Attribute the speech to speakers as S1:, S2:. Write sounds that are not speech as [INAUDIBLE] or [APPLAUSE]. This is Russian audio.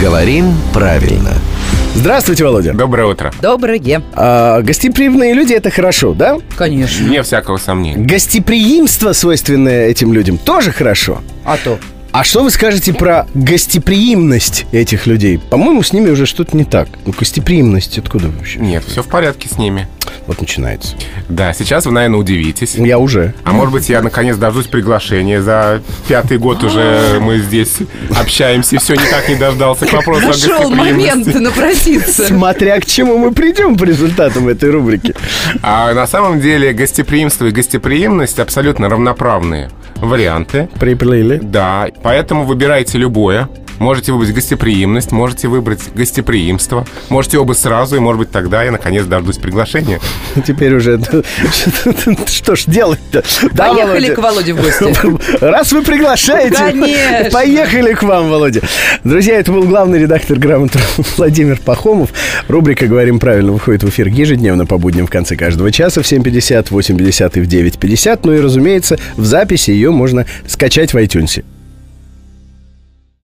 S1: Говорим правильно.
S2: Здравствуйте, Володя.
S3: Доброе утро.
S4: Доброе.
S2: А, гостеприимные люди это хорошо, да?
S4: Конечно.
S3: Вне всякого сомнения.
S2: Гостеприимство, свойственное этим людям, тоже хорошо.
S4: А то.
S2: А что вы скажете про гостеприимность этих людей? По-моему, с ними уже что-то не так. Ну, гостеприимность откуда вообще?
S3: Нет, все в порядке с ними.
S2: Вот начинается.
S3: Да, сейчас вы, наверное, удивитесь.
S2: Я уже.
S3: А может быть, я наконец дождусь приглашения. За пятый год уже мы здесь общаемся, и все никак не дождался к вопросу о
S4: Нашел момент
S3: гостеприимности.
S4: напроситься.
S2: Смотря к чему мы придем по результатам этой рубрики.
S3: А на самом деле гостеприимство и гостеприимность абсолютно равноправные варианты.
S2: Приплыли.
S3: Да, поэтому выбирайте любое. Можете выбрать гостеприимность, можете выбрать гостеприимство, можете оба сразу, и, может быть, тогда я наконец дождусь приглашения.
S2: Ну, Теперь уже... [LAUGHS] Что ж делать-то? Да,
S4: Поехали
S2: Володя?
S4: к Володе в [LAUGHS] гости.
S2: [LAUGHS] Раз вы приглашаете,
S4: Конечно.
S2: поехали к вам, Володя. Друзья, это был главный редактор «Грамоты» [LAUGHS] Владимир Пахомов. Рубрика «Говорим правильно» выходит в эфир ежедневно по будням в конце каждого часа в 7.50, 8.50 и в 9.50. Ну и, разумеется, в записи ее можно скачать в iTunes.